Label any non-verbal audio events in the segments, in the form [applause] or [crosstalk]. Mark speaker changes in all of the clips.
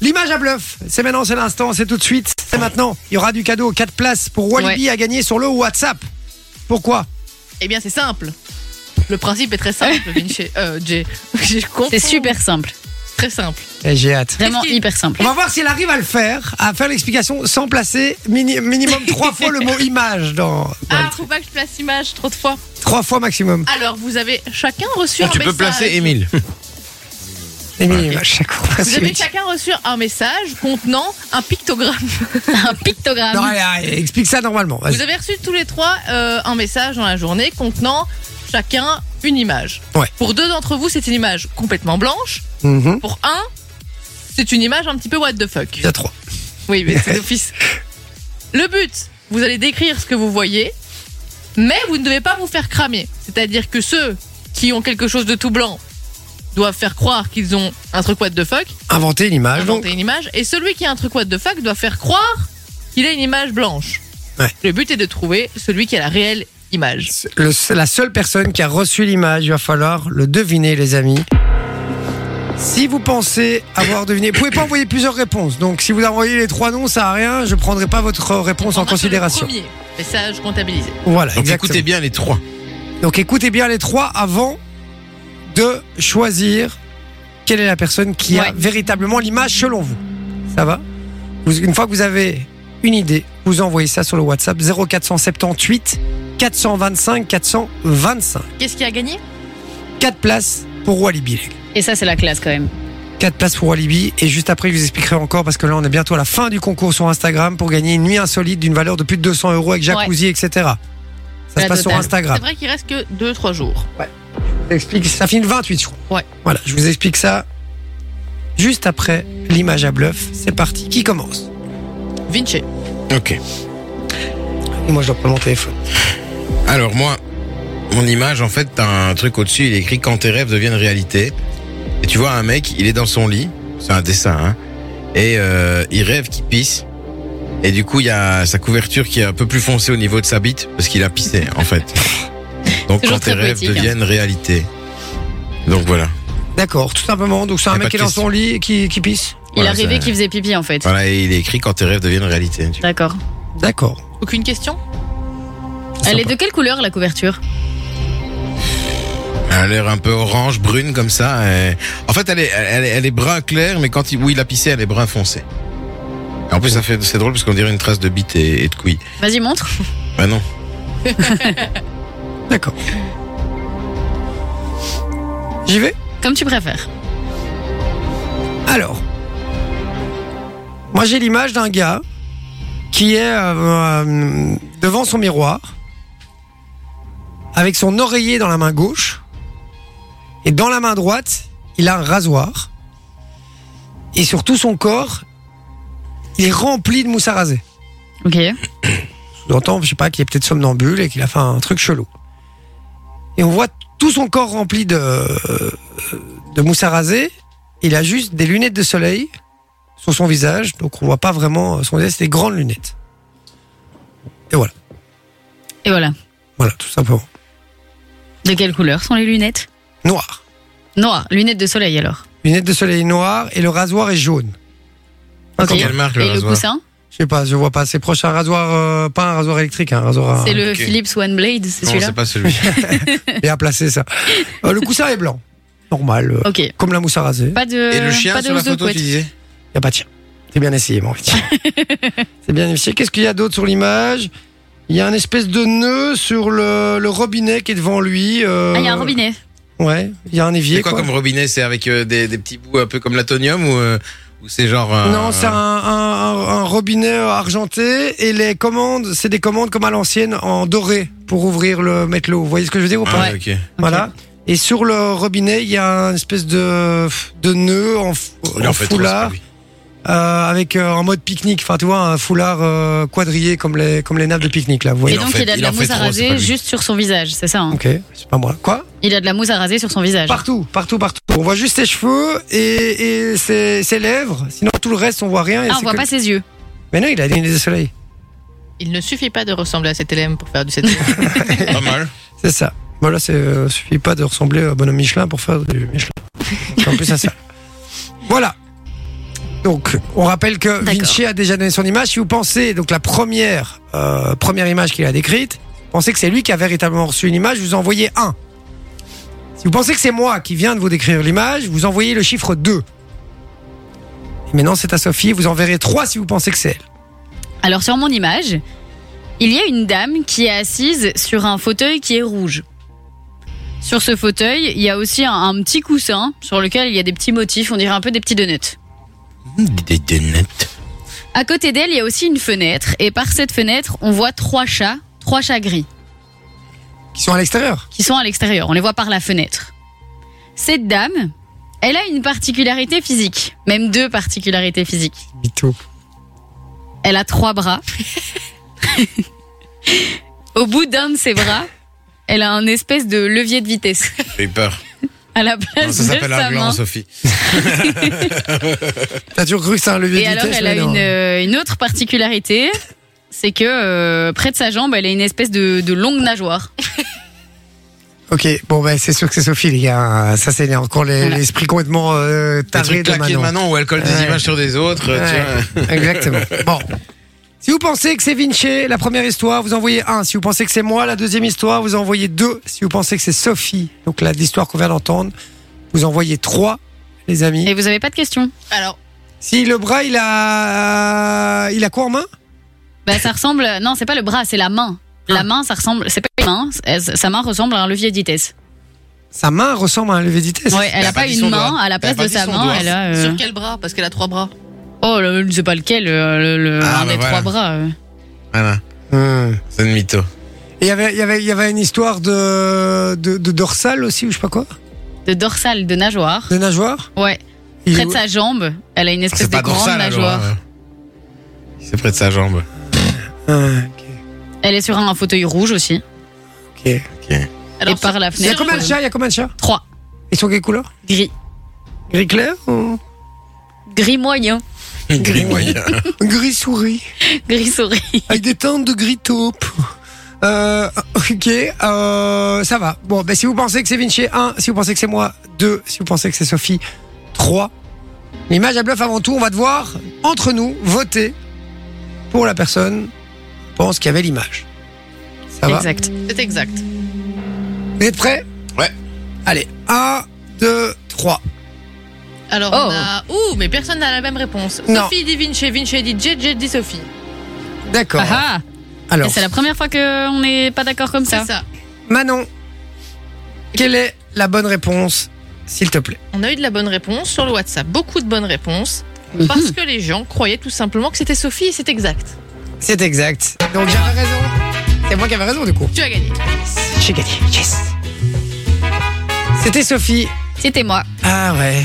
Speaker 1: L'image à bluff, c'est maintenant, c'est l'instant, c'est tout de suite, c'est maintenant. Il y aura du cadeau, 4 places pour Walibi à gagner sur le WhatsApp. Pourquoi
Speaker 2: Eh bien, c'est simple. Le principe est très
Speaker 3: [laughs]
Speaker 2: simple, Vinci. Euh, Jay. [laughs] Je comprends.
Speaker 3: C'est super simple.
Speaker 2: Très simple.
Speaker 1: Eh, J'ai hâte.
Speaker 3: Vraiment
Speaker 2: Qu'est-ce qui-
Speaker 3: hyper simple.
Speaker 1: On va voir si elle arrive à le faire, à faire l'explication sans placer mini- minimum trois fois le
Speaker 2: [laughs]
Speaker 1: mot image dans, dans
Speaker 2: Ah,
Speaker 1: le truc.
Speaker 2: faut pas que je place image trop de fois.
Speaker 1: trois fois maximum.
Speaker 2: Alors, vous avez chacun reçu un
Speaker 4: Ah, Tu peux
Speaker 2: message.
Speaker 4: placer Émile.
Speaker 1: Et minimum à chaque fois.
Speaker 2: Ah. Vous avez chacun reçu un message contenant un pictogramme.
Speaker 3: Un pictogramme.
Speaker 1: Non, allez, allez, explique ça normalement. vas-y.
Speaker 2: Vous avez reçu tous les trois euh, un message dans la journée contenant chacun une image.
Speaker 1: Ouais.
Speaker 2: Pour deux d'entre vous, c'est une image complètement blanche.
Speaker 1: Mhm.
Speaker 2: Pour un, c'est une image un petit peu what the fuck.
Speaker 1: Il y a trois.
Speaker 2: Oui, mais c'est d'office.
Speaker 1: [laughs]
Speaker 2: Le but, vous allez décrire ce que vous voyez, mais vous ne devez pas vous faire cramer. C'est-à-dire que ceux qui ont quelque chose de tout blanc doivent faire croire qu'ils ont un truc what the fuck,
Speaker 1: Inventer une image, Ah, donc.
Speaker 2: inventer une image, et celui qui a un truc what the fuck doit faire croire qu'il a une image blanche.
Speaker 1: Ouais.
Speaker 2: Le but est de trouver celui qui a la réelle image.
Speaker 1: Le- la seule personne qui a reçu l'image, il va falloir le deviner, les amis. Si vous pensez avoir deviné, vous pouvez pas envoyer plusieurs réponses. Donc, si vous envoyez les trois noms, ça sert à rien. Je prendrai pas votre réponse en
Speaker 2: On va sur le
Speaker 1: considération.
Speaker 2: Premier message comptabilisé.
Speaker 1: Voilà,
Speaker 4: Donc
Speaker 1: exactement.
Speaker 4: écoutez bien les trois.
Speaker 1: Donc, écoutez bien les trois avant de choisir quelle est la personne qui a
Speaker 3: Ouais.
Speaker 1: véritablement l'image selon vous. Ça va Vous- Une fois que vous avez une idée, vous envoyez ça sur le WhatsApp 0478 425 425.
Speaker 2: Qu'est-ce qui a gagné
Speaker 1: 4 places pour Walibi.
Speaker 3: Et ça, c'est la classe quand même.
Speaker 1: 4 places pour Walibi. Et juste après, je vous expliquerai encore parce que là, on est bientôt à la fin du concours sur Instagram pour gagner une nuit insolite d'une valeur de plus de 200 euros avec jacuzzi, etc. Ça se
Speaker 3: La
Speaker 1: passe sur
Speaker 3: totale.
Speaker 1: Instagram.
Speaker 2: C'est vrai qu'il reste que 2-3 jours.
Speaker 1: Je vous explique- Ça finit le 28, je crois.
Speaker 2: Ouais.
Speaker 1: Voilà, je vous explique ça juste après l'image à bluff. C'est parti. Qui commence
Speaker 2: Vinci.
Speaker 4: Ok.
Speaker 1: Moi, je dois prendre mon téléphone.
Speaker 4: Alors moi, mon image, en fait, t'as un truc au-dessus, il est écrit quand tes rêves deviennent réalité. Et tu vois un mec, il est dans son lit, c'est un dessin, hein, et euh, il rêve qu'il pisse. Et du coup, il y a sa couverture qui est un peu plus foncée au niveau de sa bite, parce qu'il a pissé, en [laughs] fait. Donc
Speaker 3: Toujours
Speaker 4: quand tes
Speaker 3: très
Speaker 4: rêves
Speaker 3: poétique, hein.
Speaker 4: deviennent réalité. Donc voilà.
Speaker 1: D'accord, tout simplement. Donc, c'est
Speaker 4: Y
Speaker 1: un
Speaker 4: a
Speaker 1: mec
Speaker 4: pas
Speaker 1: qui est
Speaker 4: de
Speaker 1: dans son lit et qui, qui pisse.
Speaker 3: Il
Speaker 4: Voilà,
Speaker 3: a rêvé
Speaker 4: c'est-
Speaker 3: qu'il faisait pipi en fait.
Speaker 4: Voilà, et il est écrit quand tes rêves deviennent réalité. tu-
Speaker 3: D'accord.
Speaker 1: D'accord.
Speaker 2: Aucune question
Speaker 3: Elle
Speaker 1: Sympa.
Speaker 3: est de quelle couleur la couverture
Speaker 4: Elle a l'air un peu orange, brune comme ça. et- En fait, elle est, elle, est- elle est brun clair, mais quand il, où il a pissé, elle est brun foncé. Et En plus, ça fait, c'est drôle parce qu'on dirait une trace de bite et, et de couille.
Speaker 3: Vas-y, montre.
Speaker 4: Bah non.
Speaker 1: D'accord. J'y vais
Speaker 3: Comme tu préfères.
Speaker 1: Alors, moi j'ai l'image d'un gars qui est euh, euh, devant son miroir, avec son oreiller dans la main gauche, et dans la main droite, il a un rasoir, et sur tout son corps, il est rempli de mousse à raser.
Speaker 3: Ok.
Speaker 1: J'entends, je sais pas, qu'il est peut-être somnambule et qu'il a fait un truc chelou. Et on voit tout son corps rempli de, euh, de mousse à raser. Il a juste des lunettes de soleil sur son visage, donc on voit pas vraiment son visage, c'est des grandes lunettes. Et voilà,
Speaker 3: Et voilà.
Speaker 1: voilà, tout simplement.
Speaker 3: De quelle couleur sont les lunettes
Speaker 1: Noir.
Speaker 3: Noir. Lunettes de soleil alors.
Speaker 1: Lunettes de soleil noires et le rasoir est jaune. Pas
Speaker 3: Ok.
Speaker 4: Quand
Speaker 1: comme-
Speaker 4: elle marque le
Speaker 3: Et le
Speaker 4: rasoir.
Speaker 3: coussin
Speaker 1: Je sais pas, je vois pas, c'est proche un rasoir, euh, pas un rasoir électrique, hein, un rasoir à-
Speaker 3: C'est le
Speaker 4: Ah, ok.
Speaker 3: Philips One Blade, c'est
Speaker 4: Non,
Speaker 3: celui-là
Speaker 4: c'est pas celui.
Speaker 1: bien placé ça. Euh, le coussin est blanc, normal, euh,
Speaker 3: Ok.
Speaker 1: comme la mousse à raser.
Speaker 3: Pas de.
Speaker 4: Et le chien
Speaker 3: Euh, pas de
Speaker 4: sur la
Speaker 3: housse de
Speaker 4: photo, tu
Speaker 3: couette.
Speaker 4: disais
Speaker 1: Y a pas de chien. C'est bien essayé, mon
Speaker 3: [laughs]
Speaker 1: petit. C'est bien essayé. Qu'est-ce qu'il y a d'autre sur l'image Il y a un espèce de nœud sur le, le robinet qui est devant lui. euh,
Speaker 3: Ah, il y a un robinet.
Speaker 1: Ouais, il y a un évier.
Speaker 4: C'est quoi, comme robinet C'est avec euh, des, des petits bouts un peu comme l'atonium ou, euh, ou c'est genre. euh,
Speaker 1: Non, c'est un, un- un- un robinet euh, argenté et les commandes, c'est des commandes comme à l'ancienne en doré pour ouvrir le mettre l'eau. Vous voyez ce que je veux dire ou pas
Speaker 4: Ah, ok.
Speaker 1: Voilà. Et sur le robinet, il y a une espèce de, de nœud en, f-
Speaker 4: Oui,
Speaker 1: en
Speaker 4: en fait,
Speaker 1: Oh, foulard.
Speaker 4: oui.
Speaker 1: Euh, avec euh, en mode pique-nique, enfin tu vois un foulard euh, quadrillé comme les comme les nappes de pique-nique là, vous
Speaker 3: Et
Speaker 1: voyez.
Speaker 4: en
Speaker 3: donc
Speaker 4: fait-
Speaker 3: il a de
Speaker 4: il
Speaker 3: la
Speaker 4: en fait
Speaker 3: mousse à
Speaker 4: trop, c'est pas
Speaker 3: raser
Speaker 4: lui.
Speaker 3: juste sur son visage, c'est ça hein
Speaker 1: Ok, c'est pas moi. Quoi
Speaker 3: Il a de la mousse à raser sur son visage.
Speaker 1: Partout, partout, partout. On voit juste ses cheveux et, et ses, ses lèvres. Sinon tout le reste on voit rien. et
Speaker 3: Ah, on
Speaker 1: c'est
Speaker 3: voit
Speaker 1: que-
Speaker 3: pas ses yeux.
Speaker 1: Mais non, il a des lunettes de soleil.
Speaker 2: Il ne suffit pas de ressembler à cet LM pour faire
Speaker 1: [laughs]
Speaker 2: du CTM.
Speaker 4: Pas mal.
Speaker 1: C'est ça. Voilà, c'est euh, suffit pas de
Speaker 3: [laughs]
Speaker 1: ressembler à bonhomme Michelin pour faire du Michelin. C'est en plus à ça. Voilà. Donc, on rappelle que
Speaker 3: D'accord.
Speaker 1: Vinci a déjà donné son image. Si vous pensez, donc la première, euh, première image qu'il a décrite, pensez que c'est lui qui a véritablement reçu une image, vous envoyez un. Si vous pensez que c'est moi qui viens de vous décrire l'image, vous envoyez le chiffre 2. Et maintenant, c'est à Sophie, vous enverrez 3 si vous pensez que c'est elle.
Speaker 3: Alors sur mon image, il y a une dame qui est assise sur un fauteuil qui est rouge. Sur ce fauteuil, il y a aussi un, un petit coussin sur lequel il y a des petits motifs, on dirait un peu des petits donuts.
Speaker 4: Des des nets.
Speaker 3: À côté d'elle, il y a aussi une fenêtre, et par cette fenêtre, on voit trois chats, trois chats gris,
Speaker 1: Qui sont à l'extérieur.
Speaker 3: qui sont à l'extérieur. On les voit par la fenêtre. Cette dame, elle a une particularité physique, même deux particularités physiques.
Speaker 1: Mytho.
Speaker 3: Elle a trois bras. [laughs] Au bout d'un de ses bras, elle a un espèce de levier de vitesse
Speaker 4: J'ai eu peur.
Speaker 3: à la
Speaker 4: Non,
Speaker 3: place
Speaker 4: ça
Speaker 3: de
Speaker 4: s'appelle
Speaker 3: sa main.
Speaker 4: un gland, Sophie.
Speaker 1: T'as toujours cru que c'est un levier
Speaker 3: Et
Speaker 1: de
Speaker 3: alors,
Speaker 1: vitesse,
Speaker 3: elle a
Speaker 1: mais non.
Speaker 3: une, euh, une autre particularité, c'est que euh, près de sa jambe, elle a une espèce de, de longue nageoire.
Speaker 1: Ok, bon, ben c'est sûr que c'est Sophie, les gars. Ça, c'est encore les-
Speaker 3: Voilà.
Speaker 1: l'esprit complètement euh,
Speaker 4: Un
Speaker 1: taré
Speaker 4: truc
Speaker 1: de
Speaker 4: claqué de
Speaker 1: Manon.
Speaker 4: Manon où elle colle des
Speaker 1: Ouais.
Speaker 4: images sur des autres. euh,
Speaker 1: Ouais,
Speaker 4: tiens.
Speaker 3: [laughs]
Speaker 1: Exactement. Bon. Si vous pensez que c'est Vinci, la première histoire, vous envoyez un. Si vous pensez que c'est moi, la deuxième histoire, vous envoyez deux. Si vous pensez que c'est Sophie, donc la l'histoire qu'on vient d'entendre, vous envoyez trois, les amis.
Speaker 3: Et vous avez pas de questions
Speaker 2: Alors,
Speaker 1: Si le bras, il a, il a quoi en main
Speaker 3: Bah, ça ressemble. Non, c'est pas le bras, c'est la main.
Speaker 1: Ah.
Speaker 3: La main, ça ressemble. C'est pas une main. elle- Sa main ressemble à un levier de vitesse.
Speaker 1: Sa main ressemble à un levier de vitesse.
Speaker 3: Ouais, elle
Speaker 4: a
Speaker 3: a
Speaker 4: pas
Speaker 3: pas
Speaker 4: dit
Speaker 3: une
Speaker 4: son
Speaker 3: main
Speaker 4: doigt.
Speaker 3: à
Speaker 4: Elle a
Speaker 3: la place
Speaker 4: pas
Speaker 3: de
Speaker 4: dit
Speaker 3: sa
Speaker 4: son
Speaker 3: main.
Speaker 4: doigt.
Speaker 3: Elle a. euh,
Speaker 2: sur quel bras Parce qu'elle a trois bras.
Speaker 3: Oh, le- je sais pas lequel. euh, Le, le-
Speaker 4: Ah,
Speaker 3: un
Speaker 4: bah
Speaker 3: des
Speaker 4: voilà.
Speaker 3: trois bras. euh.
Speaker 4: Voilà,
Speaker 1: Hum.
Speaker 4: c'est une mytho.
Speaker 1: Et il y avait, il y avait, il y avait une histoire de, de, de dorsale aussi, ou je sais pas quoi,
Speaker 3: De dorsale, de nageoire.
Speaker 1: de nageoire.
Speaker 3: Ouais.
Speaker 1: Il-
Speaker 3: Près de sa jambe, elle a une espèce
Speaker 4: C'est
Speaker 3: de
Speaker 4: pas
Speaker 3: grande
Speaker 4: dorsal alors.
Speaker 3: nageoire.
Speaker 4: hein. C'est près de sa jambe.
Speaker 1: Hum,
Speaker 3: Elle est sur un fauteuil rouge aussi.
Speaker 1: ok, ok.
Speaker 2: Alors,
Speaker 3: et par la
Speaker 1: Il y a
Speaker 3: fenêtre. euh,
Speaker 1: combien de chats Il y a combien de chats
Speaker 3: Trois.
Speaker 1: Ils sont quelle couleur
Speaker 3: Gris. hein.
Speaker 1: Gris clair ou
Speaker 3: Gris moyen.
Speaker 4: Gris moyen.
Speaker 1: [laughs] gris souris
Speaker 3: Gris souris.
Speaker 1: Avec des teintes de gris taupe. Euh, [laughs] ok, euh, ça va. Bon, ben, si vous pensez que c'est Vinci, 1. Si vous pensez que c'est moi, 2. Si vous pensez que c'est Sophie, 3. L'image à bluff avant tout, on va devoir, entre nous, voter pour la personne qui pense qu'il y avait l'image. Ça va
Speaker 3: Exact.
Speaker 2: c'est exact.
Speaker 1: Vous êtes prêts
Speaker 4: Ouais.
Speaker 1: Allez, 1, 2, 3.
Speaker 2: Alors,
Speaker 3: Oh.
Speaker 2: on a. Ouh, mais personne n'a la même réponse.
Speaker 1: Non.
Speaker 2: Sophie dit Vinci, Vinci dit JJ dit Sophie.
Speaker 1: D'accord.
Speaker 3: Ah ah. Et
Speaker 1: Alors,
Speaker 3: C'est la première fois qu'on n'est pas d'accord comme ça.
Speaker 2: C'est ça.
Speaker 1: Manon, quelle est la bonne réponse, s'il te plaît
Speaker 2: On a eu de la bonne réponse sur le WhatsApp. Beaucoup de bonnes réponses.
Speaker 3: Mhm.
Speaker 2: Parce que les gens croyaient tout simplement que c'était Sophie et c'est exact.
Speaker 1: C'est exact. Donc j'avais raison. C'est moi qui avais raison du coup.
Speaker 2: Tu as gagné.
Speaker 1: J'ai gagné. Yes. C'était Sophie.
Speaker 3: C'était moi.
Speaker 1: Ah ouais.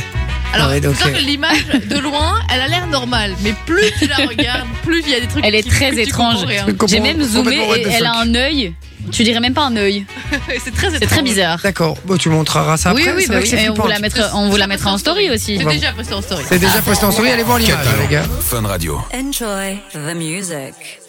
Speaker 2: Alors,
Speaker 1: Ah ouais, donc,
Speaker 2: c'est sûr
Speaker 1: euh,
Speaker 2: que
Speaker 3: [laughs]
Speaker 2: l'image de loin, elle a l'air normale, mais plus tu la regardes, plus il y a des trucs.
Speaker 3: Elle est
Speaker 2: qui-
Speaker 3: très
Speaker 2: que tu
Speaker 3: étrange.
Speaker 2: comprends rien. [laughs]
Speaker 3: J'ai
Speaker 1: Complètement-
Speaker 3: même zoomé
Speaker 1: complètement what
Speaker 3: et
Speaker 1: the
Speaker 3: elle a
Speaker 1: fuck.
Speaker 3: un œil. Tu dirais même pas un œil.
Speaker 2: c'est très
Speaker 3: C'est très bizarre.
Speaker 1: D'accord. Bon, tu montreras ça
Speaker 3: oui,
Speaker 1: après.
Speaker 3: oui,
Speaker 1: c'est
Speaker 3: bah
Speaker 1: vrai
Speaker 3: oui.
Speaker 1: que c'est
Speaker 3: Et on vous
Speaker 1: flippant.
Speaker 3: la mettra, on vous la mettra en story aussi.
Speaker 2: C'est
Speaker 1: Bon.
Speaker 2: déjà posté en story.
Speaker 1: C'est déjà posté en souris. Allez voir l'image,
Speaker 4: talent.
Speaker 1: les gars.
Speaker 5: Enjoy the music.